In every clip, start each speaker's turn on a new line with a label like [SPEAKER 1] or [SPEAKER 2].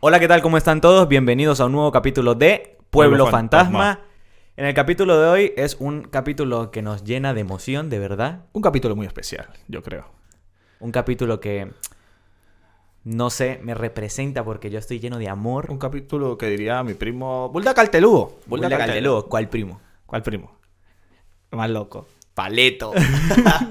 [SPEAKER 1] Hola, ¿qué tal? ¿Cómo están todos? Bienvenidos a un nuevo capítulo de Pueblo,
[SPEAKER 2] Pueblo
[SPEAKER 1] Fantasma.
[SPEAKER 2] Fantasma.
[SPEAKER 1] En el capítulo de hoy es un capítulo que nos llena de emoción, de verdad.
[SPEAKER 2] Un capítulo muy especial, yo creo.
[SPEAKER 1] Un capítulo que, no sé, me representa porque yo estoy lleno de amor.
[SPEAKER 2] Un capítulo que diría mi primo... ¡Bulda Caltelugo!
[SPEAKER 1] Bulda Caldelugo, ¿cuál primo?
[SPEAKER 2] ¿Cuál primo? El más loco.
[SPEAKER 1] Paleto.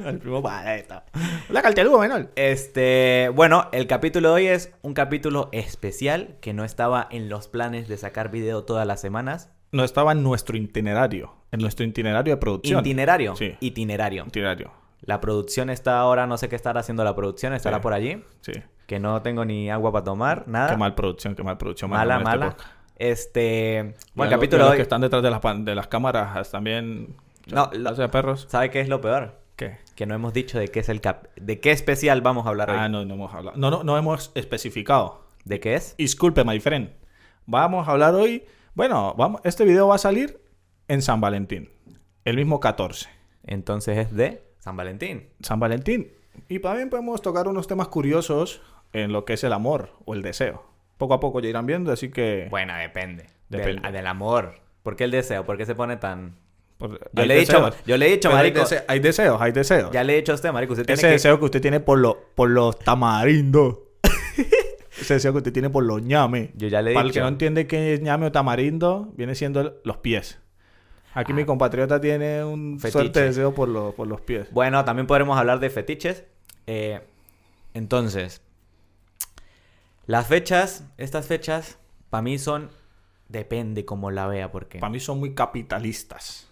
[SPEAKER 2] El primo paleto. ¡Bulda Caltelugo, menor!
[SPEAKER 1] Este, bueno, el capítulo de hoy es un capítulo especial que no estaba en los planes de sacar video todas las semanas.
[SPEAKER 2] No estaba en nuestro itinerario. En nuestro itinerario de producción.
[SPEAKER 1] Itinerario.
[SPEAKER 2] Sí.
[SPEAKER 1] Itinerario.
[SPEAKER 2] Itinerario.
[SPEAKER 1] La producción está ahora, no sé qué estará haciendo la producción, estará
[SPEAKER 2] Sí.
[SPEAKER 1] por allí.
[SPEAKER 2] Sí.
[SPEAKER 1] Que no tengo ni agua para tomar, nada.
[SPEAKER 2] Qué mal producción, qué mal producción.
[SPEAKER 1] mala,
[SPEAKER 2] mano, en este
[SPEAKER 1] mala.
[SPEAKER 2] podcast.
[SPEAKER 1] Este, bueno,
[SPEAKER 2] Y a
[SPEAKER 1] el
[SPEAKER 2] lo-
[SPEAKER 1] capítulo
[SPEAKER 2] y a
[SPEAKER 1] de
[SPEAKER 2] los
[SPEAKER 1] hoy.
[SPEAKER 2] que están detrás de las, pan- de las cámaras ah, también...
[SPEAKER 1] No, lo-
[SPEAKER 2] ¿Gracias, perros?
[SPEAKER 1] ¿Sabe qué es lo peor?
[SPEAKER 2] ¿Qué?
[SPEAKER 1] Que no hemos dicho de qué es el cap... de qué especial vamos a hablar hoy.
[SPEAKER 2] Ah, no, no hemos hablado. No, no, no hemos especificado.
[SPEAKER 1] ¿De qué es?
[SPEAKER 2] Disculpe, my friend. Vamos a hablar hoy. Bueno, vamos, este video va a salir en San Valentín. El mismo 14.
[SPEAKER 1] Entonces es de San Valentín.
[SPEAKER 2] San Valentín. Y también podemos tocar unos temas curiosos en lo que es el amor o el deseo. Poco a poco ya irán viendo, así que.
[SPEAKER 1] Bueno, depende. Del,
[SPEAKER 2] Depende.
[SPEAKER 1] del amor. ¿por qué el deseo? ¿Por qué se pone tan
[SPEAKER 2] por-
[SPEAKER 1] Yo
[SPEAKER 2] pues, hay
[SPEAKER 1] le he dicho-
[SPEAKER 2] deseos.
[SPEAKER 1] yo le he dicho,
[SPEAKER 2] Pero hay
[SPEAKER 1] marico.
[SPEAKER 2] dese- Hay deseos, hay deseos.
[SPEAKER 1] Ya le he dicho a usted, marico, usted tiene
[SPEAKER 2] Ese
[SPEAKER 1] que
[SPEAKER 2] deseo que usted tiene por, lo, por los tamarindos. Ese deseo que usted tiene por los ñames.
[SPEAKER 1] Yo ya le he
[SPEAKER 2] Para el
[SPEAKER 1] dicho.
[SPEAKER 2] que no entiende qué es ñame o tamarindo, viene siendo el- los pies. Aquí mi compatriota tiene un
[SPEAKER 1] Ah. Fetiche.
[SPEAKER 2] suerte de deseo por, los- por los pies.
[SPEAKER 1] Bueno, también podremos hablar de fetiches. Eh, entonces, las fechas, estas fechas, para mí son depende como la vea, porque
[SPEAKER 2] Para mí son muy capitalistas.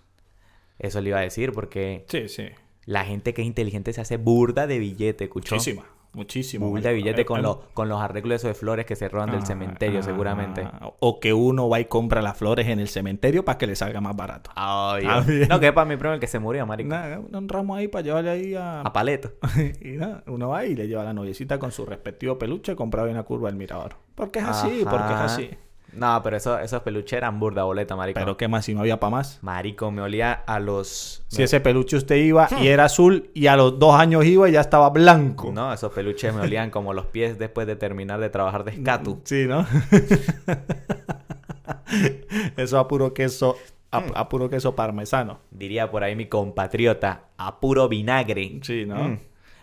[SPEAKER 1] eso le iba a decir, porque
[SPEAKER 2] Sí, sí.
[SPEAKER 1] la gente que es inteligente se hace burda de billete, escuchó.
[SPEAKER 2] Muchísima. Muchísima.
[SPEAKER 1] Burda de
[SPEAKER 2] marico.
[SPEAKER 1] billete
[SPEAKER 2] Eh,
[SPEAKER 1] con,
[SPEAKER 2] eh,
[SPEAKER 1] los, con los arreglos esos de flores que se roban del
[SPEAKER 2] ah,
[SPEAKER 1] cementerio,
[SPEAKER 2] ah,
[SPEAKER 1] seguramente.
[SPEAKER 2] O que uno va y compra las flores en el cementerio para que le salga más barato.
[SPEAKER 1] Ay,
[SPEAKER 2] Ah, bien.
[SPEAKER 1] no, que es para mi primo el que se murió, marico.
[SPEAKER 2] Nada, un ramo ahí para llevarle ahí a...
[SPEAKER 1] A paleto.
[SPEAKER 2] y nada, uno va y le lleva a la noviecita con su respectivo peluche comprado en la curva del mirador. Porque es así, porque es
[SPEAKER 1] Ajá.
[SPEAKER 2] así.
[SPEAKER 1] No, pero eso, esos peluches eran burda boleta, marico.
[SPEAKER 2] Pero qué más si no había para más.
[SPEAKER 1] Marico, me olía a los...
[SPEAKER 2] Si ese peluche usted iba y era azul y a los dos años iba y ya estaba blanco.
[SPEAKER 1] No, esos peluches me olían como los pies después de terminar de trabajar de escatu.
[SPEAKER 2] Sí, ¿no? Eso a puro queso, a, a puro queso parmesano.
[SPEAKER 1] Diría por ahí mi compatriota, a puro vinagre.
[SPEAKER 2] Sí, ¿no?
[SPEAKER 1] Mm.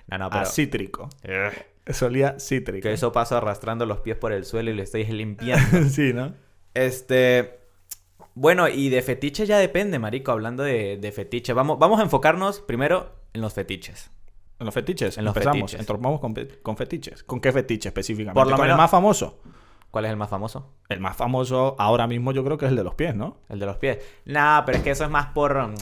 [SPEAKER 1] No, no,
[SPEAKER 2] A
[SPEAKER 1] pero...
[SPEAKER 2] cítrico.
[SPEAKER 1] Ugh.
[SPEAKER 2] Eso olía cítrico.
[SPEAKER 1] Que eso paso arrastrando los pies por el suelo y lo estoy limpiando.
[SPEAKER 2] sí, ¿no?
[SPEAKER 1] este... Bueno, y de fetiche ya depende, marico, hablando de, de fetiche. Vamos, vamos a enfocarnos primero en los fetiches.
[SPEAKER 2] En los fetiches.
[SPEAKER 1] En los
[SPEAKER 2] empezamos.
[SPEAKER 1] fetiches.
[SPEAKER 2] Entromamos con, fe- con fetiches. ¿Con qué fetiche específicamente?
[SPEAKER 1] Por lo
[SPEAKER 2] ¿Con
[SPEAKER 1] menos-
[SPEAKER 2] el más famoso.
[SPEAKER 1] ¿Cuál es el más famoso?
[SPEAKER 2] El más famoso ahora mismo yo creo que es el de los pies, ¿no?
[SPEAKER 1] El de los pies. Nah, pero es que eso es más por... mm,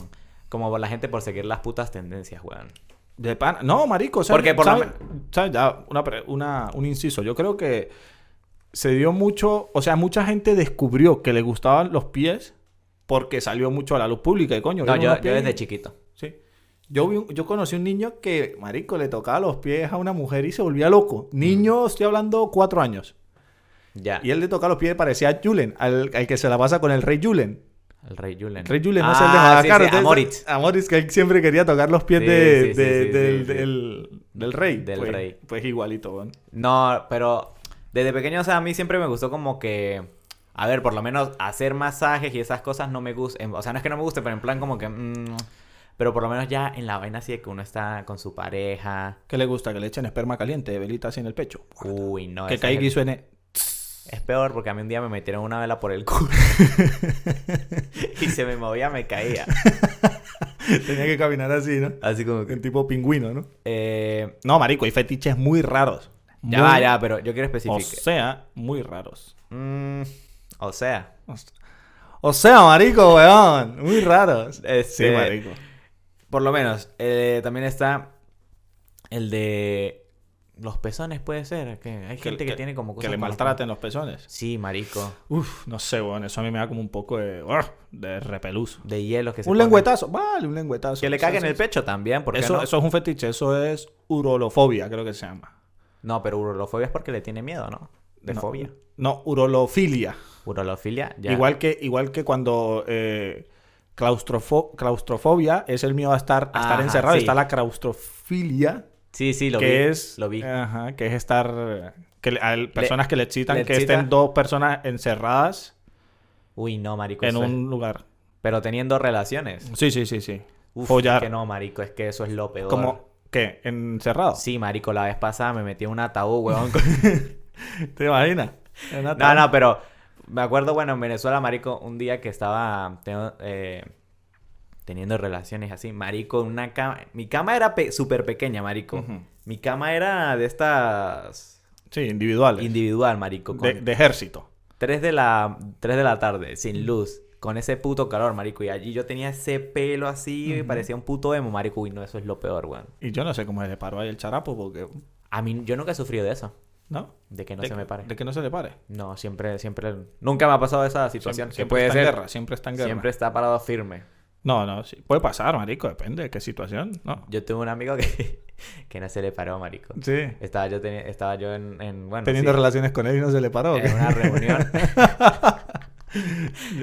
[SPEAKER 1] Como por la gente por seguir las putas tendencias, weón.
[SPEAKER 2] De pana. No, marico. ¿sabes?
[SPEAKER 1] Porque por lo
[SPEAKER 2] ¿Sabes? ¿Sabes? Ya, una, pre- una- un inciso. Yo creo que se dio mucho... O sea, mucha gente descubrió que le gustaban los pies porque salió mucho a la luz pública. Y coño,
[SPEAKER 1] No,
[SPEAKER 2] vieron
[SPEAKER 1] yo,
[SPEAKER 2] unos
[SPEAKER 1] yo
[SPEAKER 2] pies y-
[SPEAKER 1] desde chiquito.
[SPEAKER 2] Sí. Yo, vi un- yo conocí un niño que, marico, le tocaba los pies a una mujer y se volvía loco. Niño,
[SPEAKER 1] Mm.
[SPEAKER 2] estoy hablando cuatro años.
[SPEAKER 1] Ya.
[SPEAKER 2] Y él le tocaba los pies y parecía a Julen, al, al que se la pasa con el rey Julen.
[SPEAKER 1] El rey Julen.
[SPEAKER 2] El rey Julen no es el de
[SPEAKER 1] Ah, sí,
[SPEAKER 2] Madagascar.
[SPEAKER 1] sí,
[SPEAKER 2] ¿ustedes-
[SPEAKER 1] a Moritz.
[SPEAKER 2] A Moritz, que él siempre quería tocar los pies
[SPEAKER 1] Sí,
[SPEAKER 2] de-
[SPEAKER 1] sí, sí,
[SPEAKER 2] de-
[SPEAKER 1] sí,
[SPEAKER 2] del,
[SPEAKER 1] sí, sí.
[SPEAKER 2] del- del rey.
[SPEAKER 1] Del
[SPEAKER 2] pues,
[SPEAKER 1] rey.
[SPEAKER 2] Pues igualito, weón.
[SPEAKER 1] No, pero desde pequeño, o sea, a mí siempre me gustó como que. A ver, por lo menos hacer masajes y esas cosas no me gustan. O sea, no es que no me guste, pero en plan como que. mm, pero por lo menos ya en la vaina así de que uno está con su pareja.
[SPEAKER 2] ¿Qué le gusta? Que le echen esperma caliente, de velita así en el pecho.
[SPEAKER 1] Uy, no. Ah,
[SPEAKER 2] que
[SPEAKER 1] ese
[SPEAKER 2] caiga y
[SPEAKER 1] es, el-
[SPEAKER 2] suene.
[SPEAKER 1] es peor porque a mí un día me metieron una vela por el culo. y se me movía, me caía.
[SPEAKER 2] Tenía que caminar así, ¿no?
[SPEAKER 1] Así como que.
[SPEAKER 2] En tipo pingüino, ¿no?
[SPEAKER 1] eh,
[SPEAKER 2] No, marico, hay fetiches muy raros.
[SPEAKER 1] ya
[SPEAKER 2] Muy-
[SPEAKER 1] va, ya, pero yo quiero
[SPEAKER 2] O
[SPEAKER 1] especificar.
[SPEAKER 2] sea, muy raros.
[SPEAKER 1] Mm, o sea.
[SPEAKER 2] O sea, marico, weón. Muy raros.
[SPEAKER 1] Este-
[SPEAKER 2] Sí, marico.
[SPEAKER 1] Por lo menos, eh, también está el de los pezones, puede ser. Que hay gente que, tiene como cosas.
[SPEAKER 2] Que le
[SPEAKER 1] con los-
[SPEAKER 2] maltraten los pezones.
[SPEAKER 1] Sí, marico.
[SPEAKER 2] Uf, no sé, weón. Eso a mí me da como un poco de... ¡Ur! De repelús.
[SPEAKER 1] De hielo que se.
[SPEAKER 2] Un
[SPEAKER 1] ponen.
[SPEAKER 2] lengüetazo. Vale, un lengüetazo.
[SPEAKER 1] Que le
[SPEAKER 2] O sea,
[SPEAKER 1] caguen
[SPEAKER 2] sí,
[SPEAKER 1] el
[SPEAKER 2] sí.
[SPEAKER 1] pecho también, porque
[SPEAKER 2] Eso,
[SPEAKER 1] no.
[SPEAKER 2] eso es un fetiche. Eso es urolofobia, creo que se llama.
[SPEAKER 1] No, pero urolofobia es porque le tiene miedo, ¿no? De
[SPEAKER 2] No.
[SPEAKER 1] fobia.
[SPEAKER 2] No, urolofilia.
[SPEAKER 1] Urolofilia, ya.
[SPEAKER 2] Igual que, igual que cuando eh, claustrofo- claustrofobia es el miedo a estar, a estar
[SPEAKER 1] Ajá,
[SPEAKER 2] encerrado.
[SPEAKER 1] sí.
[SPEAKER 2] Está la claustrofilia,
[SPEAKER 1] Sí, sí, lo
[SPEAKER 2] que
[SPEAKER 1] vi.
[SPEAKER 2] es.
[SPEAKER 1] Lo vi.
[SPEAKER 2] Ajá, que es estar eh, Que le- a él- personas que le excitan
[SPEAKER 1] le
[SPEAKER 2] que
[SPEAKER 1] excita.
[SPEAKER 2] estén dos personas encerradas
[SPEAKER 1] Uy, no, marico.
[SPEAKER 2] en
[SPEAKER 1] eso es-
[SPEAKER 2] un lugar.
[SPEAKER 1] Pero teniendo relaciones.
[SPEAKER 2] Sí, sí, sí, sí.
[SPEAKER 1] Uf, es
[SPEAKER 2] Follar.
[SPEAKER 1] que no, marico, es que eso es lo peor.
[SPEAKER 2] Como, ¿qué? ¿Encerrado?
[SPEAKER 1] Sí, marico, la vez pasada me metí en un ataúd, weón.
[SPEAKER 2] ¿Te imaginas? En una
[SPEAKER 1] no,
[SPEAKER 2] tabla.
[SPEAKER 1] no, pero me acuerdo, bueno, en Venezuela, marico, un día que estaba teniendo, eh, teniendo relaciones así, marico, en una cama... Mi cama era pe- súper pequeña, marico.
[SPEAKER 2] Ujú.
[SPEAKER 1] Mi cama era de estas...
[SPEAKER 2] Sí, individuales.
[SPEAKER 1] Individual, marico. con-
[SPEAKER 2] de, de ejército.
[SPEAKER 1] 3 de la 3 de la tarde, sin luz, con ese puto calor, marico. Y allí yo tenía ese pelo así y parecía un puto emo, marico. Uy, no, eso es lo peor, weón.
[SPEAKER 2] Y yo no sé cómo se le paró ahí el charapo porque...
[SPEAKER 1] A mí, yo nunca he sufrido de eso,
[SPEAKER 2] ¿No?
[SPEAKER 1] de que no
[SPEAKER 2] De
[SPEAKER 1] se
[SPEAKER 2] que-
[SPEAKER 1] me pare.
[SPEAKER 2] De que no se le pare.
[SPEAKER 1] No, siempre, siempre, nunca me ha pasado esa situación.
[SPEAKER 2] Siempre,
[SPEAKER 1] que
[SPEAKER 2] siempre
[SPEAKER 1] puede
[SPEAKER 2] está
[SPEAKER 1] ser,
[SPEAKER 2] en guerra. Siempre está en guerra.
[SPEAKER 1] siempre está parado firme.
[SPEAKER 2] No, no. Sí. Puede pasar, marico. Depende de qué situación. No.
[SPEAKER 1] Yo tuve un amigo que, que no se le paró, marico.
[SPEAKER 2] Sí.
[SPEAKER 1] Estaba yo, teni- estaba yo en, en, bueno,
[SPEAKER 2] Teniendo
[SPEAKER 1] sí,
[SPEAKER 2] relaciones con él y no se le paró. ¿o qué?
[SPEAKER 1] en una reunión.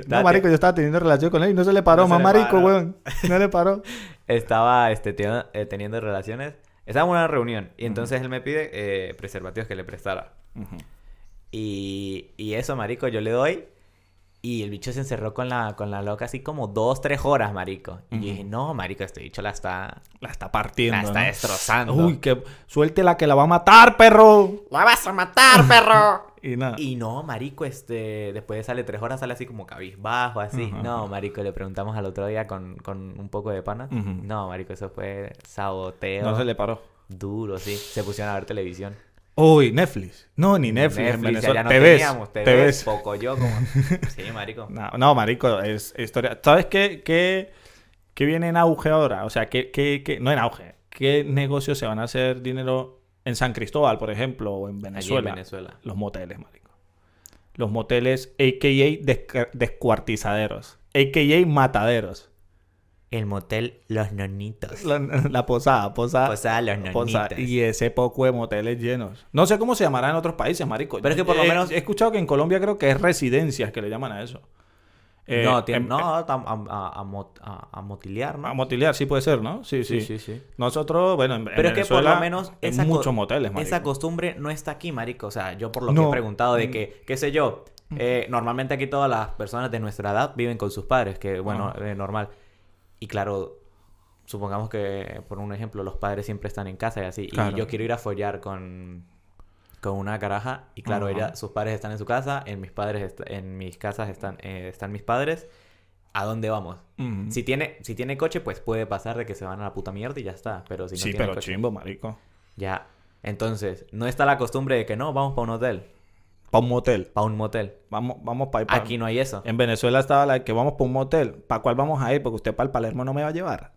[SPEAKER 2] No, marico, yo estaba teniendo relación con él y no se le paró,
[SPEAKER 1] No se
[SPEAKER 2] más
[SPEAKER 1] le
[SPEAKER 2] marico,
[SPEAKER 1] paró.
[SPEAKER 2] weón. No le paró.
[SPEAKER 1] estaba este, teniendo, eh, teniendo relaciones. Estaba en una reunión y entonces él me pide eh, preservativos que le prestara. Y, y eso, marico, yo le doy. Y el bicho se encerró con la, con la loca así como dos, tres horas, marico. Y yo dije, no, marico, este bicho la está...
[SPEAKER 2] La está partiendo.
[SPEAKER 1] La está
[SPEAKER 2] ¿no?
[SPEAKER 1] destrozando.
[SPEAKER 2] Uy, que suelte la que la va a matar, perro.
[SPEAKER 1] ¡La vas a matar, perro!
[SPEAKER 2] Y nada.
[SPEAKER 1] y no, marico, este... Después sale tres horas, sale así como cabizbajo, así.
[SPEAKER 2] Ujú.
[SPEAKER 1] No, marico, le preguntamos al otro día con, con un poco de pana.
[SPEAKER 2] Ujú.
[SPEAKER 1] No, marico, eso fue saboteo.
[SPEAKER 2] No se le paró.
[SPEAKER 1] Duro, sí. Se pusieron a ver televisión.
[SPEAKER 2] Uy, Netflix. No, ni Netflix, en
[SPEAKER 1] allá
[SPEAKER 2] Venezuela.
[SPEAKER 1] no
[SPEAKER 2] te ves.
[SPEAKER 1] teníamos,
[SPEAKER 2] Te,
[SPEAKER 1] ves.
[SPEAKER 2] ves.
[SPEAKER 1] Poco yo como... Sí, marico.
[SPEAKER 2] No, no, marico, es historia. ¿Sabes qué, qué, qué viene en auge ahora? O sea, ¿qué, qué, qué- no en auge. ¿Qué negocios se van a hacer dinero en San Cristóbal, por ejemplo, o en
[SPEAKER 1] Aquí en
[SPEAKER 2] Venezuela?
[SPEAKER 1] Venezuela.
[SPEAKER 2] Los moteles, marico. Los moteles, a.k.a. desca- descuartizaderos. A.k.a. mataderos.
[SPEAKER 1] El motel Los Nonitos.
[SPEAKER 2] La, la posada, posada.
[SPEAKER 1] O sea, Los Nonitos.
[SPEAKER 2] posada. Y ese poco de moteles llenos. No sé cómo se llamará en otros países, marico.
[SPEAKER 1] Pero es que por lo
[SPEAKER 2] He-
[SPEAKER 1] menos-
[SPEAKER 2] He escuchado que en Colombia creo que es residencias que le llaman a eso. Eh,
[SPEAKER 1] no, tiene-
[SPEAKER 2] en-
[SPEAKER 1] no, a, a- a mot- a- a motiliar, ¿no?
[SPEAKER 2] A motiliar, sí puede ser, ¿no? Sí, sí. Nosotros, bueno, en, en
[SPEAKER 1] Pero es que por lo
[SPEAKER 2] Venezuela,
[SPEAKER 1] menos
[SPEAKER 2] en
[SPEAKER 1] esa co-
[SPEAKER 2] muchos moteles, marico.
[SPEAKER 1] Esa costumbre no está aquí, marico. O sea, yo por lo que
[SPEAKER 2] No. Mm.
[SPEAKER 1] he preguntado de que, qué sé yo, eh, normalmente aquí todas las personas de nuestra edad viven con sus padres, que bueno,
[SPEAKER 2] Ajá.
[SPEAKER 1] es normal. Y claro, supongamos que, por un ejemplo, los padres siempre están en casa y así.
[SPEAKER 2] Claro.
[SPEAKER 1] Y yo quiero ir a follar con, con una caraja y claro,
[SPEAKER 2] Ajá.
[SPEAKER 1] ella, sus padres están en su casa, en mis padres, est- en mis casas están, eh, están mis padres. ¿A dónde vamos?
[SPEAKER 2] Ujú.
[SPEAKER 1] Si tiene, si tiene coche, pues puede pasar de que se van a la puta mierda y ya está. Pero si no
[SPEAKER 2] sí,
[SPEAKER 1] tiene
[SPEAKER 2] pero
[SPEAKER 1] coche,
[SPEAKER 2] chimbo, marico.
[SPEAKER 1] ya. Entonces, no está la costumbre de que no, vamos para un hotel,
[SPEAKER 2] Para un motel.
[SPEAKER 1] para un motel.
[SPEAKER 2] Vamos, vamos para
[SPEAKER 1] Aquí no hay eso.
[SPEAKER 2] En Venezuela estaba la que vamos para un motel. ¿Para cuál vamos a ir? Porque usted para el Palermo no me va a llevar.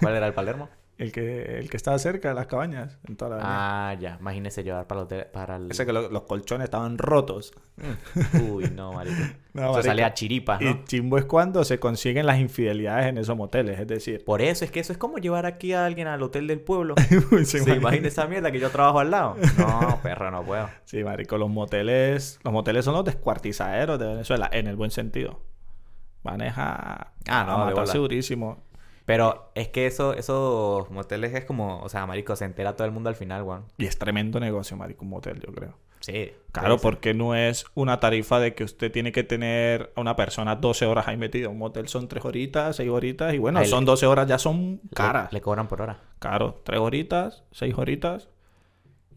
[SPEAKER 1] ¿Cuál era el Palermo?
[SPEAKER 2] El que, el que estaba cerca de las cabañas. En toda la avenida.
[SPEAKER 1] Ah, ya. Imagínese llevar para el hotel, para el... Mm.
[SPEAKER 2] Ese que lo- los colchones estaban rotos.
[SPEAKER 1] Uy, no, marico.
[SPEAKER 2] No,
[SPEAKER 1] Eso
[SPEAKER 2] marico.
[SPEAKER 1] sale a chiripas, ¿no?
[SPEAKER 2] Y chimbo es cuando se consiguen las infidelidades en esos moteles. Es decir,
[SPEAKER 1] Por eso es que eso es como llevar aquí a alguien al hotel del pueblo.
[SPEAKER 2] se
[SPEAKER 1] ¿Se imagina esa mierda que yo trabajo al lado? No, perro, no puedo.
[SPEAKER 2] Sí, marico, los moteles, los moteles son los descuartizaderos de Venezuela, en el buen sentido. Maneja
[SPEAKER 1] Ah, no,
[SPEAKER 2] a
[SPEAKER 1] de
[SPEAKER 2] matarse
[SPEAKER 1] bola.
[SPEAKER 2] durísimo.
[SPEAKER 1] Pero es que eso, esos moteles es como, o sea, marico, se entera todo el mundo al final, weón.
[SPEAKER 2] Y es tremendo negocio, marico, un motel, yo creo.
[SPEAKER 1] Sí.
[SPEAKER 2] Claro,
[SPEAKER 1] Entonces,
[SPEAKER 2] porque no es una tarifa de que usted tiene que tener a una persona 12 horas ahí metida. Un motel son 3 horitas, 6 horitas, y bueno,
[SPEAKER 1] Ahí le-
[SPEAKER 2] son 12 horas, ya son
[SPEAKER 1] le-
[SPEAKER 2] caras.
[SPEAKER 1] Le cobran por hora.
[SPEAKER 2] Caro, 3 horitas, 6 horitas.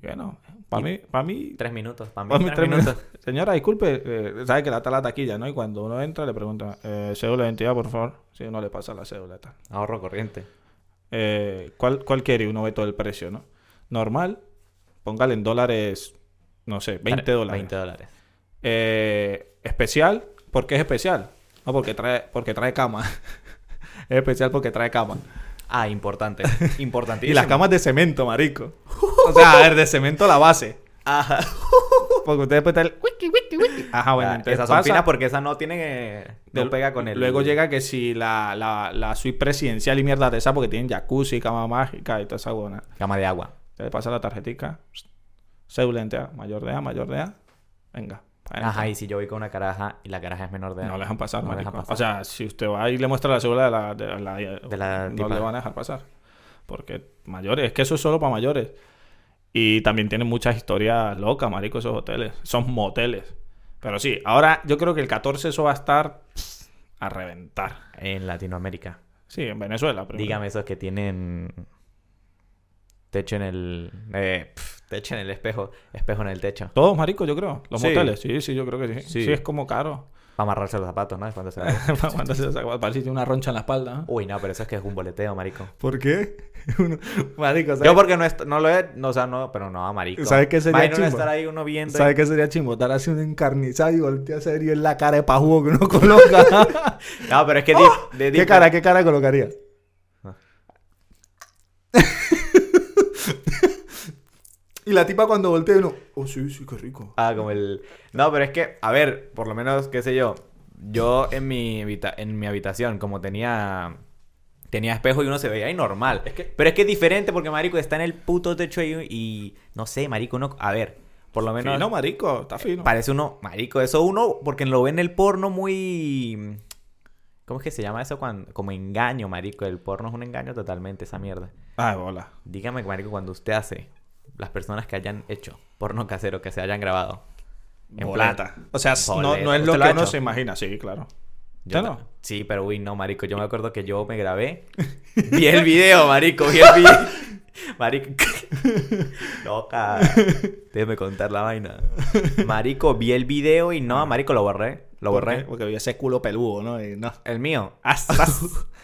[SPEAKER 2] Bueno, para mí, para mí,
[SPEAKER 1] Tres minutos, para mí.
[SPEAKER 2] Vamos,
[SPEAKER 1] tres
[SPEAKER 2] tres
[SPEAKER 1] minutos.
[SPEAKER 2] minutos. Señora, disculpe, eh, sabe que la está la taquilla, ¿no? Y cuando uno entra le pregunta, eh, cédula de identidad, por favor. Si uno le pasa la cédula, y tal.
[SPEAKER 1] Ahorro corriente.
[SPEAKER 2] Eh, ¿cuál, ¿Cuál quiere? Y uno ve todo el precio, ¿no? Normal, póngale en dólares, no sé, 20 dólares.
[SPEAKER 1] 20 dólares.
[SPEAKER 2] Eh, especial, ¿por qué es especial? No, porque trae, porque trae cama. es especial porque trae cama.
[SPEAKER 1] Ah, importante. Importantísimo.
[SPEAKER 2] Y las camas de cemento, marico. O sea, a ver, de cemento la base.
[SPEAKER 1] Ajá.
[SPEAKER 2] Porque usted después está el... Ajá, Ah, bueno,
[SPEAKER 1] Ah,
[SPEAKER 2] entonces
[SPEAKER 1] esas son
[SPEAKER 2] pasa-
[SPEAKER 1] finas porque esas no tienen... eh, no
[SPEAKER 2] Del-
[SPEAKER 1] pega con el...
[SPEAKER 2] Luego llega que si la, la, la suite presidencial y mierda de esa, porque tienen jacuzzi, cama mágica y toda esa buena.
[SPEAKER 1] Cama de agua.
[SPEAKER 2] Te le pasa la tarjetica. Cédula de entidad, mayor de edad, mayor de edad. Venga. pa' adentro.
[SPEAKER 1] Ajá, y si yo voy con una caraja y la caraja es menor de edad.
[SPEAKER 2] No le dejan pasar,
[SPEAKER 1] No le
[SPEAKER 2] marico.
[SPEAKER 1] dejan pasar.
[SPEAKER 2] O sea, si usted va y le muestra la cédula de la... De la,
[SPEAKER 1] De la
[SPEAKER 2] no
[SPEAKER 1] tipa.
[SPEAKER 2] le van a dejar pasar. Porque mayores, es que eso es solo para mayores. Y también tienen muchas historias locas, marico, esos hoteles. Son moteles. Pero sí, ahora yo creo que el 14 eso va a estar pss, a reventar.
[SPEAKER 1] En Latinoamérica.
[SPEAKER 2] Sí, en Venezuela. primero.
[SPEAKER 1] Dígame esos que tienen techo en el... eh, pf, techo en el espejo. Espejo en el techo.
[SPEAKER 2] Todos, marico, yo creo. Los
[SPEAKER 1] Sí.
[SPEAKER 2] moteles. Sí, sí, yo creo que sí.
[SPEAKER 1] Sí.
[SPEAKER 2] Sí, es como caro.
[SPEAKER 1] Para amarrarse los zapatos, ¿no? Es cuando se-
[SPEAKER 2] Cuando se saca- Parece que tiene una roncha en la espalda.
[SPEAKER 1] Uy, no, pero eso es que es un boleteo, marico.
[SPEAKER 2] ¿Por qué? Uno- marico,
[SPEAKER 1] Yo
[SPEAKER 2] ¿sabes,
[SPEAKER 1] porque no, est- no lo he... No, o sea, no... Pero no, marico.
[SPEAKER 2] ¿Sabes qué sería
[SPEAKER 1] Imagino uno
[SPEAKER 2] chimbo?
[SPEAKER 1] estar ahí uno viendo... y-
[SPEAKER 2] ¿sabes qué sería chimbo? Estar así un encarnizado y voltear serio en la cara de pajugo que uno coloca.
[SPEAKER 1] No, pero es que... dif- de
[SPEAKER 2] ¡Oh!
[SPEAKER 1] Ah.
[SPEAKER 2] ¿Qué
[SPEAKER 1] dif-
[SPEAKER 2] cara, qué cara colocaría? y la tipa cuando voltea uno, oh sí, sí, qué rico.
[SPEAKER 1] Ah, como el... No, pero es que, a ver, por lo menos, qué sé yo, yo en mi, habita- en mi habitación, como tenía... Tenía espejo y uno se veía ahí normal. Pero es que es diferente porque, marico, está en el puto techo ahí y... No sé, marico, uno... A ver, por lo menos...
[SPEAKER 2] Fino, Eh, marico, está fino.
[SPEAKER 1] Parece uno... Marico, eso uno... Porque lo ve en el porno muy... ¿Cómo es que se llama eso? cuando- Como engaño, marico. El porno es un engaño totalmente, esa mierda.
[SPEAKER 2] Ah, bola.
[SPEAKER 1] Dígame, marico, cuando usted hace... Las personas que hayan hecho porno casero, que se hayan grabado. En
[SPEAKER 2] Boleta.
[SPEAKER 1] plan-
[SPEAKER 2] O sea, s- no,
[SPEAKER 1] Boleta.
[SPEAKER 2] no es
[SPEAKER 1] ¿Usted
[SPEAKER 2] lo que
[SPEAKER 1] lo ha
[SPEAKER 2] uno
[SPEAKER 1] hecho?
[SPEAKER 2] se imagina, sí, claro.
[SPEAKER 1] Yo
[SPEAKER 2] ¿Usted
[SPEAKER 1] ta-
[SPEAKER 2] no?
[SPEAKER 1] Sí, pero uy, no, marico. Yo me acuerdo que yo me grabé. Vi el video, marico. Vi el video. Marico. Loca. Déjeme contar la vaina. Marico, vi el video y no, marico, lo borré. Lo
[SPEAKER 2] ¿Por
[SPEAKER 1] borré.
[SPEAKER 2] qué? Porque vi ese culo peludo, ¿no? Y no.
[SPEAKER 1] El mío. Ah,
[SPEAKER 2] As-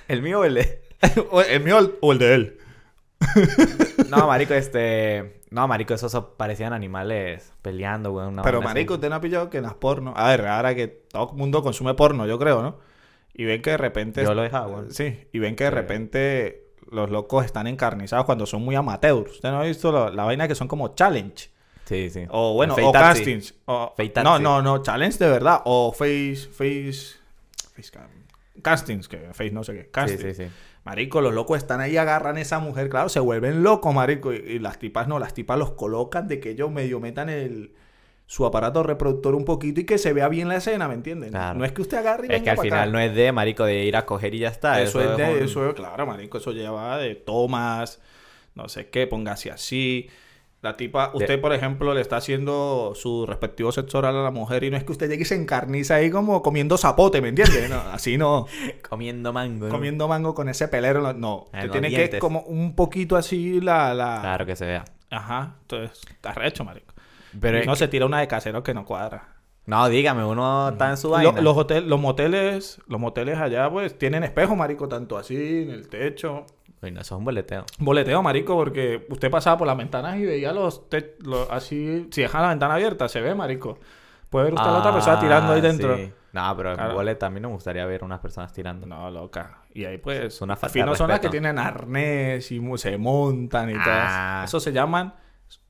[SPEAKER 1] El mío, el de...
[SPEAKER 2] o el mío o el de él.
[SPEAKER 1] No, marico, este... No, marico, esos son- parecían animales peleando, güey. una
[SPEAKER 2] Pero,
[SPEAKER 1] vaina así.
[SPEAKER 2] marico, usted no ha pillado que en las porno... A ver, ahora que todo el mundo consume porno, yo creo, ¿no? Y ven que de repente... eh,
[SPEAKER 1] Yo lo dejaba, güey.
[SPEAKER 2] Sí, y ven que de
[SPEAKER 1] Sí.
[SPEAKER 2] repente los locos están encarnizados cuando son muy amateurs. ¿Usted no ha visto lo- la vaina que son como challenge?
[SPEAKER 1] Sí, sí.
[SPEAKER 2] O bueno,
[SPEAKER 1] Fake
[SPEAKER 2] o
[SPEAKER 1] taxi.
[SPEAKER 2] castings. O,
[SPEAKER 1] Fake taxi.
[SPEAKER 2] no, no, no, challenge de verdad. O face... Face... face cam- castings, que face no sé qué.
[SPEAKER 1] Sí,
[SPEAKER 2] Castings.
[SPEAKER 1] sí, sí.
[SPEAKER 2] Marico, los locos están ahí, agarran a esa mujer, claro, se vuelven locos, marico. Y, y las tipas no, las tipas los colocan de que ellos medio metan el su aparato reproductor un poquito y que se vea bien la escena, ¿me entienden?
[SPEAKER 1] Claro.
[SPEAKER 2] No es que usted agarre y
[SPEAKER 1] Es que al final no es de, marico, de ir a coger y ya está.
[SPEAKER 2] Ah, eso, es de,
[SPEAKER 1] un-
[SPEAKER 2] eso es- claro, marico, eso lleva de tomas, no sé qué, póngase así. La tipa, usted, por ejemplo, le está haciendo su respectivo sexo oral a la mujer y no es que usted llegue y se encarniza ahí como comiendo zapote, ¿me entiende? No, así no.
[SPEAKER 1] Comiendo mango. ¿no?
[SPEAKER 2] comiendo mango con ese pelero. en los- No,
[SPEAKER 1] En
[SPEAKER 2] te
[SPEAKER 1] Ah, los
[SPEAKER 2] tiene que
[SPEAKER 1] dientes.
[SPEAKER 2] como un poquito así la... la-
[SPEAKER 1] Claro que se vea.
[SPEAKER 2] Ajá, entonces está recho, marico.
[SPEAKER 1] Pero
[SPEAKER 2] Y
[SPEAKER 1] es
[SPEAKER 2] no
[SPEAKER 1] que-
[SPEAKER 2] se tira una de casero que no cuadra.
[SPEAKER 1] no, dígame, uno está en su
[SPEAKER 2] Lo-
[SPEAKER 1] vaina.
[SPEAKER 2] los, hotel, los moteles los moteles allá pues tienen espejo, marico, tanto así en el techo.
[SPEAKER 1] Uy, no, eso es un boleteo.
[SPEAKER 2] Boleteo, marico, porque usted pasaba por las ventanas y veía los, te- los- así... Si deja la ventana abierta, se ve, marico. Puede ver usted a la otra persona tirando ahí
[SPEAKER 1] Ah,
[SPEAKER 2] dentro.
[SPEAKER 1] sí. No, pero en
[SPEAKER 2] Claro.
[SPEAKER 1] boleta a mí no me gustaría ver unas personas tirando.
[SPEAKER 2] No, loca. Y ahí pues...
[SPEAKER 1] Es una falta de
[SPEAKER 2] fino son las que
[SPEAKER 1] respeto.
[SPEAKER 2] tienen arnés y mu- se montan y
[SPEAKER 1] Ah.
[SPEAKER 2] todo. Eso se llaman...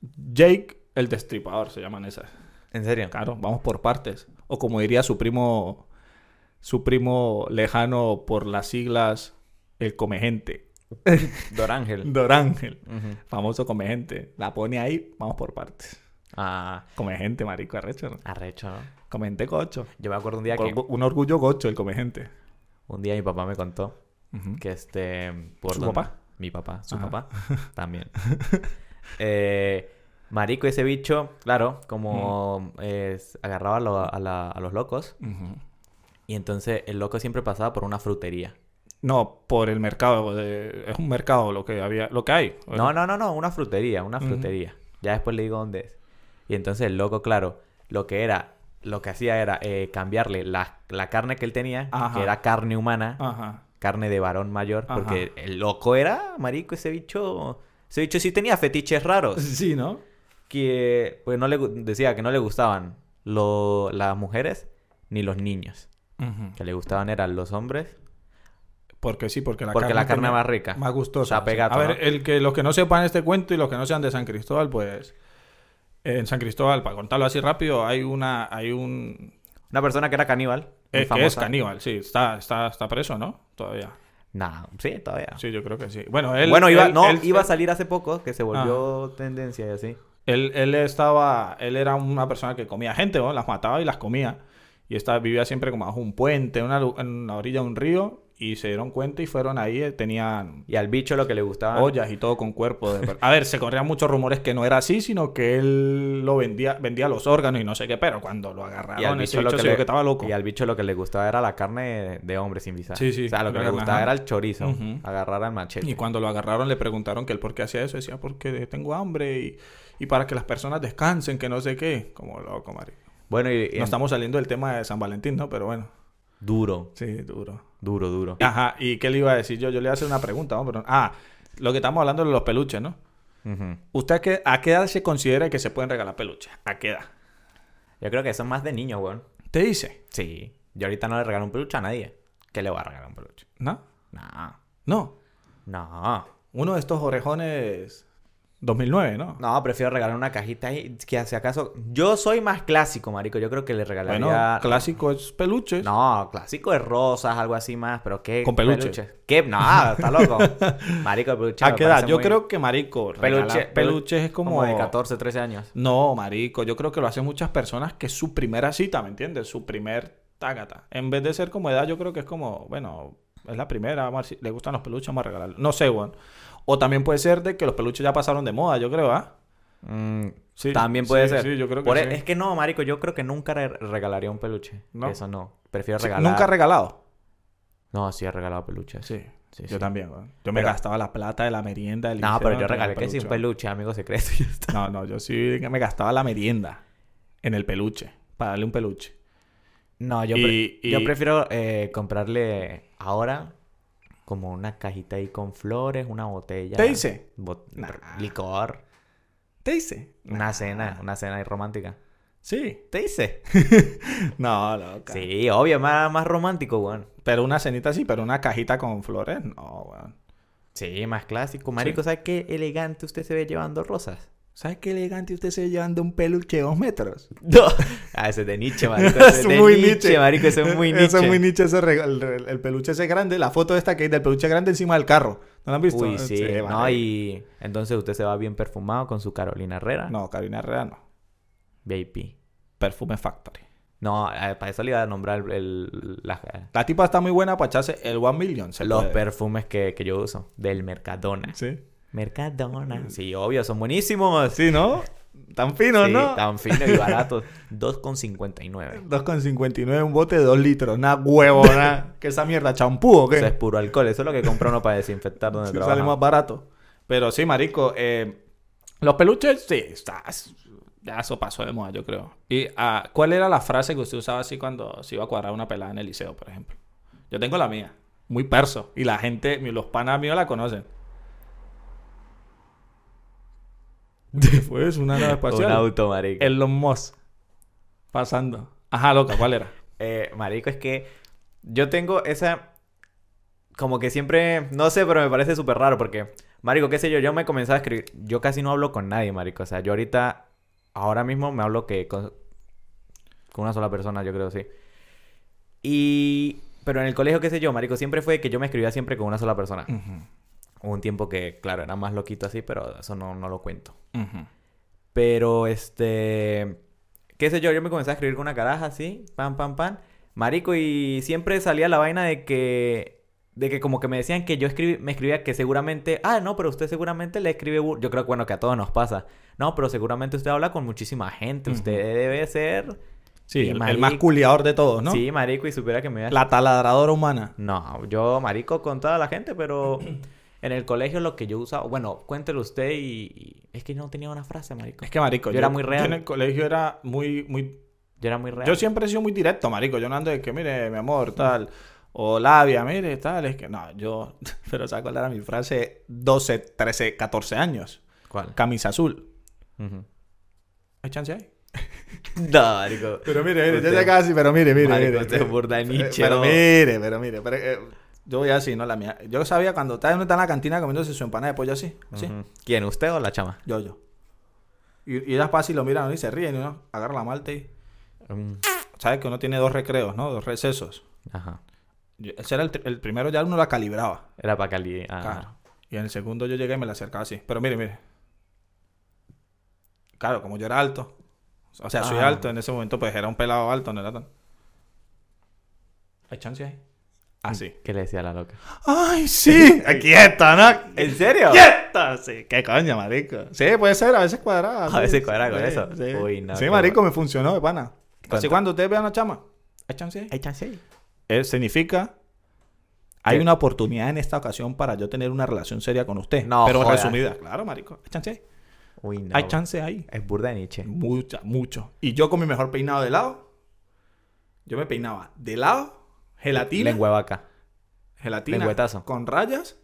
[SPEAKER 2] Jake el Destripador se llaman esas.
[SPEAKER 1] ¿En serio?
[SPEAKER 2] Claro, vamos por partes. O como diría su primo... Su primo lejano por las siglas... El Comegente.
[SPEAKER 1] Dorángel.
[SPEAKER 2] Dorángel.
[SPEAKER 1] Ujú.
[SPEAKER 2] Famoso Comegente. La pone ahí, vamos por partes.
[SPEAKER 1] Ah,
[SPEAKER 2] Comegente, marico, arrecho. ¿no?
[SPEAKER 1] arrecho, ¿no?
[SPEAKER 2] Comegente gocho.
[SPEAKER 1] Yo me acuerdo un día que...
[SPEAKER 2] Orgu- Un orgullo gocho el Comegente.
[SPEAKER 1] Un día mi papá me contó
[SPEAKER 2] Ujú.
[SPEAKER 1] que este... por
[SPEAKER 2] ¿Su
[SPEAKER 1] donde-
[SPEAKER 2] papá? Ah.
[SPEAKER 1] Mi papá, su
[SPEAKER 2] Ajá.
[SPEAKER 1] papá también. Eh, marico, ese bicho, claro, como
[SPEAKER 2] Mm.
[SPEAKER 1] es- agarraba a lo- a la- a los locos.
[SPEAKER 2] Ujú.
[SPEAKER 1] Y entonces el loco siempre pasaba por una frutería.
[SPEAKER 2] No, por el mercado. de- es un mercado lo que había, lo que hay.
[SPEAKER 1] No, no, no, no, una frutería, una
[SPEAKER 2] Ujú.
[SPEAKER 1] frutería. Ya después le digo dónde es. Y entonces el loco, claro, lo que era, lo que hacía era eh, cambiarle la, la carne que él tenía,
[SPEAKER 2] Ajá.
[SPEAKER 1] que era carne humana,
[SPEAKER 2] Ajá.
[SPEAKER 1] carne de varón mayor,
[SPEAKER 2] Ajá.
[SPEAKER 1] porque el loco era, marico, ese bicho, ese bicho sí tenía fetiches raros,
[SPEAKER 2] Sí, ¿no?
[SPEAKER 1] que pues no le gu- decía que no le gustaban lo- las mujeres ni los niños, que le gustaban eran los hombres,
[SPEAKER 2] Porque sí, porque la
[SPEAKER 1] porque
[SPEAKER 2] carne.
[SPEAKER 1] la carne
[SPEAKER 2] tenía-
[SPEAKER 1] más rica.
[SPEAKER 2] Más gustosa.
[SPEAKER 1] Está pegado,
[SPEAKER 2] A
[SPEAKER 1] ¿no?
[SPEAKER 2] ver, el que, los que no sepan este cuento y los que no sean de San Cristóbal, pues. En San Cristóbal, para contarlo así rápido, hay una. hay un.
[SPEAKER 1] Una persona que era caníbal, muy
[SPEAKER 2] Es, Eh, que es
[SPEAKER 1] famosa.
[SPEAKER 2] caníbal, sí. Está, está, está preso, ¿no? Todavía.
[SPEAKER 1] Nah, sí, todavía.
[SPEAKER 2] Sí, yo creo que sí. Bueno, él.
[SPEAKER 1] bueno, iba,
[SPEAKER 2] él-
[SPEAKER 1] no,
[SPEAKER 2] él-
[SPEAKER 1] iba a salir hace poco, que se volvió tendencia y así.
[SPEAKER 2] Él, él estaba, él era una persona que comía gente, ¿no? las mataba y las comía. Y estaba, vivía siempre como bajo un puente, en una lu- en la orilla de un río. Y se dieron cuenta y fueron ahí, eh, tenían
[SPEAKER 1] Y al bicho lo que le gustaba.
[SPEAKER 2] ollas y todo con cuerpo. de per- A ver, se corrían muchos rumores que no era así, sino que él lo vendía, vendía los órganos y no sé qué, pero cuando lo agarraron,
[SPEAKER 1] y al,
[SPEAKER 2] ese
[SPEAKER 1] bicho lo
[SPEAKER 2] bicho
[SPEAKER 1] que
[SPEAKER 2] se vio
[SPEAKER 1] le,
[SPEAKER 2] que estaba loco.
[SPEAKER 1] y al bicho lo que le gustaba era la carne de, de hombre sin visa.
[SPEAKER 2] Sí, sí,
[SPEAKER 1] O sea, lo que
[SPEAKER 2] la
[SPEAKER 1] le gustaba
[SPEAKER 2] ajá.
[SPEAKER 1] era el chorizo.
[SPEAKER 2] Ujú.
[SPEAKER 1] Agarrar al machete.
[SPEAKER 2] Y cuando lo agarraron le preguntaron que él por qué hacía eso. Decía, porque tengo hambre y, y para que las personas descansen, que no sé qué. Como loco, marico.
[SPEAKER 1] Bueno, y, y
[SPEAKER 2] No estamos saliendo del tema de San Valentín, ¿no? Pero bueno,
[SPEAKER 1] duro,
[SPEAKER 2] sí, duro.
[SPEAKER 1] duro, duro.
[SPEAKER 2] Ajá, ¿y qué le iba a decir yo? Yo le iba a hacer una pregunta, ¿no? Pero- ah, lo que estamos hablando de los peluches, ¿no?
[SPEAKER 1] Ujú.
[SPEAKER 2] ¿Usted a qué, a qué edad se considera que se pueden regalar peluches? ¿A qué edad?
[SPEAKER 1] Yo creo que eso es más de niño, weón.
[SPEAKER 2] ¿Te dice?
[SPEAKER 1] Sí. Yo ahorita no le regalo un peluche a nadie. ¿Qué le voy a regalar un peluche?
[SPEAKER 2] ¿No?
[SPEAKER 1] No.
[SPEAKER 2] No.
[SPEAKER 1] No.
[SPEAKER 2] Uno de estos orejones 2009, ¿no?
[SPEAKER 1] No, prefiero regalar una cajita ahí que si acaso... Yo soy más clásico, marico. Yo creo que le
[SPEAKER 2] bueno,
[SPEAKER 1] regalaría...
[SPEAKER 2] clásico es peluches.
[SPEAKER 1] No, clásico de rosas, algo así más, pero ¿qué?
[SPEAKER 2] Con peluche.
[SPEAKER 1] ¿Qué? No, está loco. Marico, el peluche
[SPEAKER 2] ¿A
[SPEAKER 1] me
[SPEAKER 2] qué edad?
[SPEAKER 1] parece
[SPEAKER 2] Yo
[SPEAKER 1] muy-
[SPEAKER 2] creo que, marico, regalar
[SPEAKER 1] Peluche-
[SPEAKER 2] peluches es como...
[SPEAKER 1] de 14, 13 años.
[SPEAKER 2] No, marico, yo creo que lo hacen muchas personas que es su primera cita, ¿me entiendes? Su primer tágata. En vez de ser como edad, yo creo que es como, bueno, es la primera, vamos a ver si le gustan los peluches, vamos a regalarlos. No sé, weón. O también puede ser de que los peluches ya pasaron de moda, yo creo, ¿ah?
[SPEAKER 1] Mm,
[SPEAKER 2] Sí,
[SPEAKER 1] También puede
[SPEAKER 2] sí,
[SPEAKER 1] ser.
[SPEAKER 2] sí, yo creo que
[SPEAKER 1] Por e-
[SPEAKER 2] sí.
[SPEAKER 1] Es que no, marico, yo creo que nunca re- regalaría un peluche.
[SPEAKER 2] ¿No?
[SPEAKER 1] Eso no. Prefiero
[SPEAKER 2] Sí,
[SPEAKER 1] regalar.
[SPEAKER 2] Nunca he regalado.
[SPEAKER 1] No, sí he regalado peluches.
[SPEAKER 2] Sí,
[SPEAKER 1] Sí,
[SPEAKER 2] yo
[SPEAKER 1] sí.
[SPEAKER 2] también, weón. Yo me
[SPEAKER 1] Pero-
[SPEAKER 2] gastaba la plata de la merienda del
[SPEAKER 1] No,
[SPEAKER 2] liceo,
[SPEAKER 1] pero yo
[SPEAKER 2] en
[SPEAKER 1] regalé que sí un peluche, amigo secreto. y ya está.
[SPEAKER 2] No, no, yo sí me gastaba la merienda en el peluche, para darle un peluche.
[SPEAKER 1] No, yo,
[SPEAKER 2] Y-
[SPEAKER 1] pre- yo
[SPEAKER 2] y-
[SPEAKER 1] prefiero eh, comprarle ahora como una cajita ahí con flores, una botella.
[SPEAKER 2] ¿Te dice?
[SPEAKER 1] bot-
[SPEAKER 2] Nah.
[SPEAKER 1] Licor.
[SPEAKER 2] ¿Te hice?
[SPEAKER 1] Una cena, una cena ahí romántica.
[SPEAKER 2] Sí.
[SPEAKER 1] ¿Te dice?
[SPEAKER 2] No, loca.
[SPEAKER 1] Sí, obvio, más, más romántico, weón.
[SPEAKER 2] Pero una cenita sí, pero una cajita con flores, no, weón.
[SPEAKER 1] Sí, más clásico. Marico, ¿sabes qué elegante usted se ve llevando rosas?
[SPEAKER 2] ¿Sabes qué elegante usted se ve llevando un peluche de dos metros?
[SPEAKER 1] No. Ah, ese es de Nietzsche, marico. Ese es de Nietzsche, marico. Ese es muy Nietzsche.
[SPEAKER 2] Eso es muy Nietzsche, ese reg- el, el- el peluche ese grande. La foto esta que es del peluche grande encima del carro. ¿No la han visto?
[SPEAKER 1] Uy, sí.
[SPEAKER 2] vale.
[SPEAKER 1] no, y entonces usted se va bien perfumado con su Carolina Herrera.
[SPEAKER 2] No, Carolina Herrera no.
[SPEAKER 1] VIP.
[SPEAKER 2] Perfume Factory.
[SPEAKER 1] No, eh, para eso le iba a nombrar el- el- las- eh,
[SPEAKER 2] La tipa está muy buena para echarse el One Million. se
[SPEAKER 1] los
[SPEAKER 2] puede.
[SPEAKER 1] perfumes que, que yo uso. Del Mercadona.
[SPEAKER 2] Sí.
[SPEAKER 1] Mercadona. Sí, obvio, son buenísimos.
[SPEAKER 2] Sí, ¿no? Tan fino,
[SPEAKER 1] Sí,
[SPEAKER 2] ¿no?
[SPEAKER 1] tan finos y baratos. 2,59.
[SPEAKER 2] 2,59 un bote de 2 litros. Una huevona. ¿Qué esa mierda? ¿Champú o qué?
[SPEAKER 1] Eso es puro alcohol. Eso es lo que compra uno para desinfectar donde
[SPEAKER 2] Sí,
[SPEAKER 1] trabaja.
[SPEAKER 2] sale más barato. Pero sí, marico. eh, los peluches, sí, está- ya eso pasó de moda, yo creo. ¿Y ah, cuál era la frase que usted usaba así cuando se iba a cuadrar una pelada en el liceo, por ejemplo? Yo tengo la mía, muy perso. Y la gente, mi- los panas míos la conocen. Después, una nave
[SPEAKER 1] Un
[SPEAKER 2] espacial.
[SPEAKER 1] auto, marico.
[SPEAKER 2] Elon Musk. Pasando. Ajá, loca, ¿cuál era?
[SPEAKER 1] Eh, marico, es que yo tengo esa... Como que siempre... No sé, pero me parece súper raro porque... Marico, qué sé yo, yo me comenzaba a escribir... Yo casi no hablo con nadie, marico. O sea, yo ahorita... Ahora mismo me hablo que con... Con una sola persona, yo creo, sí. Y... Pero en el colegio, qué sé yo, marico, siempre fue que yo me escribía siempre con una sola persona.
[SPEAKER 2] Mm.
[SPEAKER 1] Hubo un tiempo que, claro, era más loquito así, pero eso no, no lo cuento. Pero este. ¿Qué sé yo? Yo me comencé a escribir con una caraja así, pam, pam, pam. Marico, y siempre salía la vaina de que. De que como que me decían que yo escribí, me escribía que seguramente. Ah, no, pero usted seguramente le escribe. bur-". Yo creo que bueno, que a todos nos pasa. No, pero seguramente usted habla con muchísima gente. Usted
[SPEAKER 2] Ujú.
[SPEAKER 1] debe ser.
[SPEAKER 2] Sí,
[SPEAKER 1] Y
[SPEAKER 2] el, el
[SPEAKER 1] marico-
[SPEAKER 2] más culiador de todos, ¿no?
[SPEAKER 1] Sí, marico, y supiera que me iba a
[SPEAKER 2] La taladradora humana.
[SPEAKER 1] no, yo marico con toda la gente, pero en el colegio lo que yo usaba, bueno, cuéntelo usted y, y- es que no tenía una frase, marico.
[SPEAKER 2] Es que, marico,
[SPEAKER 1] Yo era muy real.
[SPEAKER 2] en el colegio era muy, muy...
[SPEAKER 1] Yo era muy real.
[SPEAKER 2] Yo siempre he sido muy directo, marico. Yo no ando de que, mire, mi amor, tal. O labia, mire, tal. Es que, no, yo... Pero ¿sabes cuál era mi frase? 12, 13, 14 años.
[SPEAKER 1] ¿Cuál?
[SPEAKER 2] Camisa azul.
[SPEAKER 1] Ujú.
[SPEAKER 2] ¿Hay chance ahí?
[SPEAKER 1] No, marico.
[SPEAKER 2] Pero mire, mire,
[SPEAKER 1] Usted-
[SPEAKER 2] ya casi, pero mire, mire,
[SPEAKER 1] Marico,
[SPEAKER 2] mire.
[SPEAKER 1] usted es burda de Nietzsche,
[SPEAKER 2] Pero
[SPEAKER 1] ¿no?
[SPEAKER 2] mire, pero mire. Pero, eh, yo voy así, no la mía. Yo sabía cuando estaba uno está en la cantina comiéndose su empanada de pollo así. así.
[SPEAKER 1] Ujú. ¿Quién? ¿Usted o la chama?
[SPEAKER 2] Yo, yo. Y, y ellas pasan y lo miran y se ríen, y uno agarra la malta y...
[SPEAKER 1] Mm,
[SPEAKER 2] Sabes que uno tiene dos recreos, ¿no? Dos recesos.
[SPEAKER 1] Ajá.
[SPEAKER 2] Yo- ese era el, tri- el primero, ya uno la calibraba.
[SPEAKER 1] Era para Cali. ah.
[SPEAKER 2] Claro. Y en el segundo yo llegué y me la acercaba así. Pero mire, mire. Claro, como yo era alto. O sea, soy
[SPEAKER 1] Ah.
[SPEAKER 2] alto. En ese momento, pues era un pelado alto, no era tan. ¿Hay chance ahí? Así.
[SPEAKER 1] ¿Qué le decía la loca?
[SPEAKER 2] ¡Ay, sí! Aquí está, ¿no?
[SPEAKER 1] ¿En serio?
[SPEAKER 2] ¡Quieta! Sí, qué coño, marico. Sí, puede ser, a veces cuadrada.
[SPEAKER 1] A veces cuadrada con
[SPEAKER 2] Ah, sí,
[SPEAKER 1] eso.
[SPEAKER 2] Sí,
[SPEAKER 1] Uy, no,
[SPEAKER 2] Sí,
[SPEAKER 1] qué
[SPEAKER 2] marico,
[SPEAKER 1] bueno.
[SPEAKER 2] me funcionó de pana. Así
[SPEAKER 1] ¿Cuánto?
[SPEAKER 2] cuando ustedes vean a una chama, échanse ahí.
[SPEAKER 1] Hay chance ahí.
[SPEAKER 2] Eh, significa... Hay
[SPEAKER 1] ¿Qué?
[SPEAKER 2] una oportunidad en esta ocasión para yo tener una relación seria con usted.
[SPEAKER 1] No
[SPEAKER 2] Pero
[SPEAKER 1] jodas.
[SPEAKER 2] resumida. Claro, marico. Hay chance ahí.
[SPEAKER 1] Uy, no.
[SPEAKER 2] Hay chance ahí.
[SPEAKER 1] Es burda de Nietzsche.
[SPEAKER 2] Mucha, mucho. Y yo con mi mejor peinado de lado. Yo me peinaba de lado, gelatina.
[SPEAKER 1] Lengua de vaca.
[SPEAKER 2] Gelatina.
[SPEAKER 1] lengüetazo.
[SPEAKER 2] Con rayas.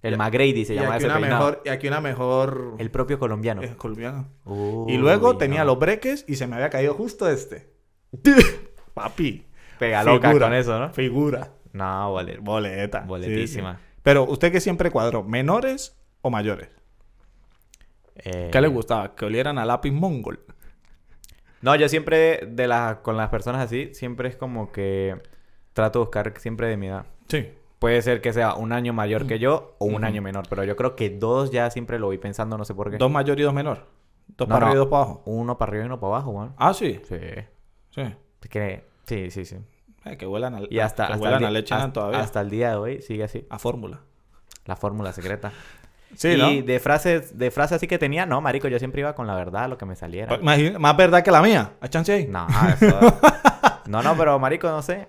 [SPEAKER 1] El McGrady se
[SPEAKER 2] Y
[SPEAKER 1] llama
[SPEAKER 2] aquí,
[SPEAKER 1] ese
[SPEAKER 2] una
[SPEAKER 1] peinado.
[SPEAKER 2] mejor, y aquí una mejor
[SPEAKER 1] El propio colombiano.
[SPEAKER 2] eh, colombiana.
[SPEAKER 1] Uy,
[SPEAKER 2] y luego
[SPEAKER 1] no.
[SPEAKER 2] tenía los breques y se me había caído justo este. Papi.
[SPEAKER 1] Pega loca
[SPEAKER 2] figura,
[SPEAKER 1] con eso, ¿no?
[SPEAKER 2] Figura.
[SPEAKER 1] No, vale.
[SPEAKER 2] Boleta. sí,
[SPEAKER 1] Boletísima.
[SPEAKER 2] sí. Pero usted que siempre cuadró, ¿menores o mayores?
[SPEAKER 1] Eh,
[SPEAKER 2] ¿Qué le gustaba? Que olieran a lápiz mongol.
[SPEAKER 1] No, yo siempre, de las con las personas así, siempre es como que trato de buscar siempre de mi edad.
[SPEAKER 2] Sí.
[SPEAKER 1] Puede ser que sea un año mayor que yo o un
[SPEAKER 2] Mm. Ujú.
[SPEAKER 1] año menor, pero yo creo que dos ya siempre lo voy pensando, no sé por qué.
[SPEAKER 2] Dos mayor y dos menor. Dos
[SPEAKER 1] No,
[SPEAKER 2] para arriba y
[SPEAKER 1] no.
[SPEAKER 2] dos para abajo.
[SPEAKER 1] Uno para arriba y uno para abajo, weón.
[SPEAKER 2] Ah, sí.
[SPEAKER 1] Sí.
[SPEAKER 2] Sí.
[SPEAKER 1] Es que- Sí, sí, sí.
[SPEAKER 2] Eh, que vuelan a,
[SPEAKER 1] Y hasta,
[SPEAKER 2] que
[SPEAKER 1] hasta,
[SPEAKER 2] vuelan
[SPEAKER 1] el,
[SPEAKER 2] a
[SPEAKER 1] di-
[SPEAKER 2] leche
[SPEAKER 1] hasta-
[SPEAKER 2] todavía.
[SPEAKER 1] hasta el día de hoy sigue así.
[SPEAKER 2] A fórmula.
[SPEAKER 1] La fórmula secreta.
[SPEAKER 2] Sí,
[SPEAKER 1] y
[SPEAKER 2] ¿no?
[SPEAKER 1] de frases, de frases así que tenía, no, marico, yo siempre iba con la verdad, lo que me saliera.
[SPEAKER 2] Pues, imagina- Más verdad que la mía. ¿Hay chance ahí?
[SPEAKER 1] No, eso... no, no, pero marico, no sé.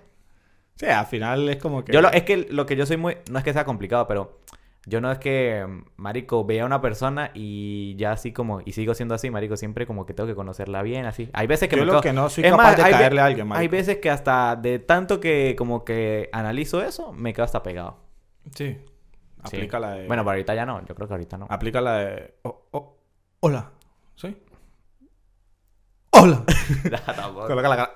[SPEAKER 2] Sí, al final es como que...
[SPEAKER 1] Yo lo, es que lo que yo soy muy, no es que sea complicado, pero yo no es que, marico, vea a una persona y ya así como, y sigo siendo así, marico, siempre como que tengo que conocerla bien, así. Hay veces que
[SPEAKER 2] Yo
[SPEAKER 1] me
[SPEAKER 2] lo
[SPEAKER 1] co-
[SPEAKER 2] que no soy
[SPEAKER 1] Es
[SPEAKER 2] capaz de
[SPEAKER 1] hay ve-
[SPEAKER 2] caerle a alguien, marico.
[SPEAKER 1] Hay veces que hasta de tanto que como que analizo eso, me quedo hasta pegado.
[SPEAKER 2] Sí.
[SPEAKER 1] Sí.
[SPEAKER 2] Aplica la de...
[SPEAKER 1] Bueno, pero ahorita ya no, yo creo que ahorita no.
[SPEAKER 2] Aplica la de... oh, oh, hola. ¿Sí? Hola.
[SPEAKER 1] Tampoco.
[SPEAKER 2] Coloca la cara.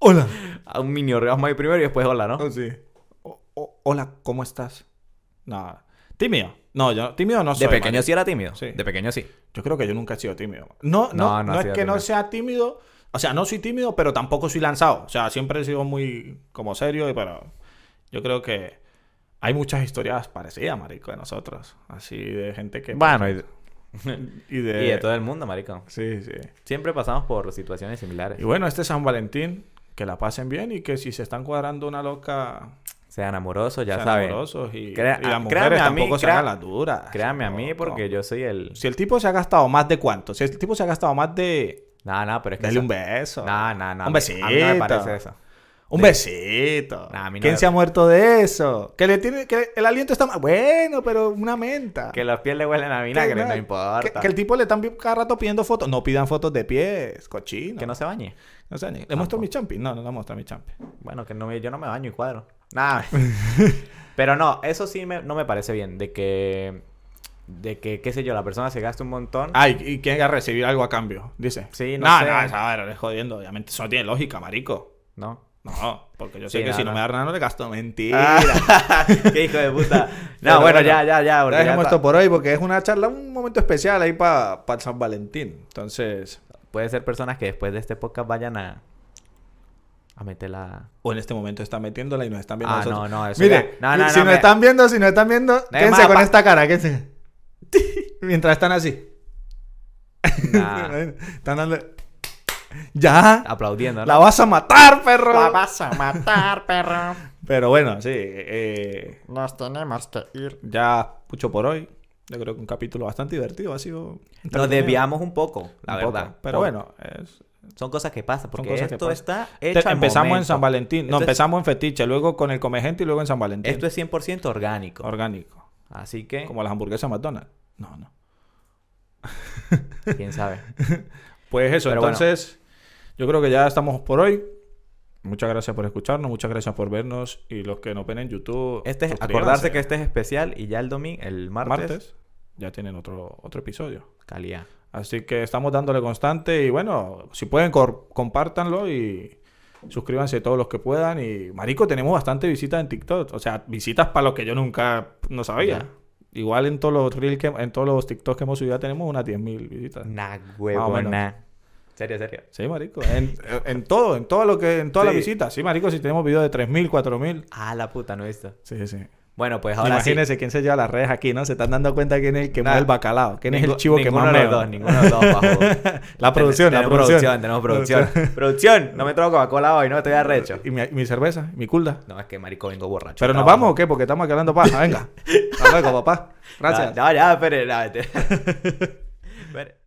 [SPEAKER 2] Hola.
[SPEAKER 1] A un mini orgasmo ahí primero y después hola, ¿no?
[SPEAKER 2] Oh, sí. O- o- hola, ¿cómo estás? No. Tímido. No, yo tímido no soy.
[SPEAKER 1] De pequeño
[SPEAKER 2] marico.
[SPEAKER 1] sí era tímido.
[SPEAKER 2] Sí.
[SPEAKER 1] De pequeño sí.
[SPEAKER 2] Yo creo que yo nunca he sido tímido. No,
[SPEAKER 1] No,
[SPEAKER 2] no, no,
[SPEAKER 1] no has
[SPEAKER 2] es que
[SPEAKER 1] sido
[SPEAKER 2] no
[SPEAKER 1] tímido.
[SPEAKER 2] sea tímido. O sea, no soy tímido, pero tampoco soy lanzado. O sea, siempre he sido muy como serio, y pero yo creo que hay muchas historias parecidas, marico, de nosotros. Así de gente que...
[SPEAKER 1] Bueno, y,
[SPEAKER 2] y de...
[SPEAKER 1] y de todo el mundo, marico.
[SPEAKER 2] Sí, sí.
[SPEAKER 1] Siempre pasamos por situaciones similares.
[SPEAKER 2] Y bueno, este San Valentín, que la pasen bien y que si se están cuadrando una loca,
[SPEAKER 1] Sean amorosos, ya
[SPEAKER 2] sean
[SPEAKER 1] saben.
[SPEAKER 2] amorosos y,
[SPEAKER 1] Crea-
[SPEAKER 2] y las
[SPEAKER 1] ah,
[SPEAKER 2] mujeres
[SPEAKER 1] créame a mí,
[SPEAKER 2] tampoco se
[SPEAKER 1] crea-
[SPEAKER 2] hagan las duras.
[SPEAKER 1] Créanme a mí
[SPEAKER 2] No,
[SPEAKER 1] porque
[SPEAKER 2] no.
[SPEAKER 1] yo soy el...
[SPEAKER 2] Si el tipo se ha gastado más de cuánto, si el tipo se ha gastado más de...
[SPEAKER 1] No, no, pero es que...
[SPEAKER 2] Dale
[SPEAKER 1] eso-
[SPEAKER 2] un beso.
[SPEAKER 1] No, no, no.
[SPEAKER 2] Un
[SPEAKER 1] a mí- A mí no me
[SPEAKER 2] besito.
[SPEAKER 1] parece eso.
[SPEAKER 2] Un besito.
[SPEAKER 1] Nah, a mí no
[SPEAKER 2] ¿Quién
[SPEAKER 1] me-
[SPEAKER 2] se ha muerto de eso? Que le tiene, que el aliento está mal. Bueno, pero una menta.
[SPEAKER 1] Que los pies le huelen a
[SPEAKER 2] Que
[SPEAKER 1] vinagre,
[SPEAKER 2] na-
[SPEAKER 1] no importa.
[SPEAKER 2] Que, que el tipo le están pi- cada rato pidiendo fotos. No pidan fotos de pies, cochino.
[SPEAKER 1] Que no se bañe.
[SPEAKER 2] No sé, ni- ¿Le muestro mi champi? No, no le muestro mi champi.
[SPEAKER 1] Bueno, que no me, yo no me baño y cuadro. Nada. Pero no, eso sí me- no me parece bien. De que, de que, qué sé yo, la persona se gasta un montón.
[SPEAKER 2] Ah, y, y quiere recibir algo a cambio, dice.
[SPEAKER 1] Sí, no
[SPEAKER 2] no,
[SPEAKER 1] sé.
[SPEAKER 2] no, esa vaina, eres jodiendo. Obviamente, eso no tiene lógica, marico.
[SPEAKER 1] No.
[SPEAKER 2] No, porque yo sé
[SPEAKER 1] Sí,
[SPEAKER 2] que
[SPEAKER 1] no,
[SPEAKER 2] si
[SPEAKER 1] no.
[SPEAKER 2] no,
[SPEAKER 1] Ah,
[SPEAKER 2] me da nada, no le gasto. Mentira.
[SPEAKER 1] qué hijo de puta.
[SPEAKER 2] Ah. Pero
[SPEAKER 1] No, bueno,
[SPEAKER 2] bueno,
[SPEAKER 1] ya, ya, ya. porque
[SPEAKER 2] Ya
[SPEAKER 1] ya
[SPEAKER 2] dejemos
[SPEAKER 1] está.
[SPEAKER 2] esto por hoy porque es una charla, un momento especial ahí para San Valentín. Entonces,
[SPEAKER 1] Puede ser personas que después de este podcast vayan a. A meterla.
[SPEAKER 2] o en este momento están metiéndola y nos están viendo
[SPEAKER 1] Ah,
[SPEAKER 2] nosotros.
[SPEAKER 1] no, no, eso
[SPEAKER 2] Mire,
[SPEAKER 1] ya- no, no,
[SPEAKER 2] si
[SPEAKER 1] no,
[SPEAKER 2] nos
[SPEAKER 1] mira.
[SPEAKER 2] están viendo, si nos están viendo, quédense
[SPEAKER 1] más,
[SPEAKER 2] con
[SPEAKER 1] pa-
[SPEAKER 2] esta cara, quédense. Mientras están así.
[SPEAKER 1] Nah,
[SPEAKER 2] están dando... Ya,
[SPEAKER 1] aplaudiendo, ¿no?
[SPEAKER 2] la vas a matar, perro.
[SPEAKER 3] La vas a matar, perro.
[SPEAKER 2] Pero bueno, sí, eh,
[SPEAKER 3] Nos tenemos que ir.
[SPEAKER 2] ya mucho por hoy. Yo creo que un capítulo bastante divertido ha sido.
[SPEAKER 1] Nos desviamos un poco, la
[SPEAKER 2] un poco,
[SPEAKER 1] verdad.
[SPEAKER 2] pero
[SPEAKER 1] Por-
[SPEAKER 2] bueno, es-
[SPEAKER 1] Son cosas que pasan, porque
[SPEAKER 2] cosas que
[SPEAKER 1] esto
[SPEAKER 2] pasan.
[SPEAKER 1] está
[SPEAKER 2] te-
[SPEAKER 1] hecho al
[SPEAKER 2] empezamos en
[SPEAKER 1] momento.
[SPEAKER 2] San Valentín.
[SPEAKER 1] Esto
[SPEAKER 2] No,
[SPEAKER 1] es-
[SPEAKER 2] empezamos en Fetiche, luego con el Comegente y luego en San Valentín.
[SPEAKER 1] Esto ¿Eh? es 100% orgánico.
[SPEAKER 2] orgánico.
[SPEAKER 1] Así que,
[SPEAKER 2] Como las hamburguesas McDonald's. No, no.
[SPEAKER 1] quién sabe.
[SPEAKER 2] Pues eso,
[SPEAKER 1] Pero bueno.
[SPEAKER 2] entonces, yo creo que ya estamos por hoy. Muchas gracias por escucharnos, muchas gracias por vernos. Y los que nos ven en YouTube.
[SPEAKER 1] Este es,
[SPEAKER 2] suscríbanse.
[SPEAKER 1] acordarse que este es especial y ya el domingo, el martes,
[SPEAKER 2] martes ya tienen otro, otro episodio.
[SPEAKER 1] calidad.
[SPEAKER 2] Así que estamos dándole constante y bueno, si pueden, cor- compártanlo y suscríbanse todos los que puedan. Y Marico, tenemos bastante visitas en TikTok. O sea, visitas para lo que yo nunca no sabía.
[SPEAKER 1] Ya.
[SPEAKER 2] Igual en todos los reels que, en todos los TikToks que hemos subido ya tenemos unas 10.000 visitas.
[SPEAKER 1] Nah,
[SPEAKER 2] menos.
[SPEAKER 1] huevona. Serio, serio.
[SPEAKER 2] Sí, marico. En, en todo, en todo lo que, en todas las
[SPEAKER 1] Sí.
[SPEAKER 2] visitas. Sí, marico, si tenemos videos de 3.000, 4.000.
[SPEAKER 1] Ah, la puta, no he visto.
[SPEAKER 2] Sí, sí.
[SPEAKER 1] Bueno, pues ahora sí.
[SPEAKER 2] Imagínense quién se lleva las redes aquí, ¿no? Se están dando cuenta quién es el que mueve el bacalao, quién es el
[SPEAKER 1] Ningú-
[SPEAKER 2] chivo que
[SPEAKER 1] ninguno
[SPEAKER 2] más
[SPEAKER 1] de los
[SPEAKER 2] meo.
[SPEAKER 1] dos, ninguno de los dos. bajo.
[SPEAKER 2] La producción, la
[SPEAKER 1] tenemos
[SPEAKER 2] producción.
[SPEAKER 1] tenemos producción. producción, no me trago Coca-Cola hoy, no estoy arrecho.
[SPEAKER 2] Y mi, mi cerveza, y mi culda.
[SPEAKER 1] No, es que marico vengo borracho.
[SPEAKER 2] ¿Pero nos
[SPEAKER 1] Trabajo.
[SPEAKER 2] vamos o qué? Porque estamos aquí hablando paja. Venga. Hasta luego, papá. Gracias.
[SPEAKER 1] Ya, ya, ya, espere, ya, espere. Espere.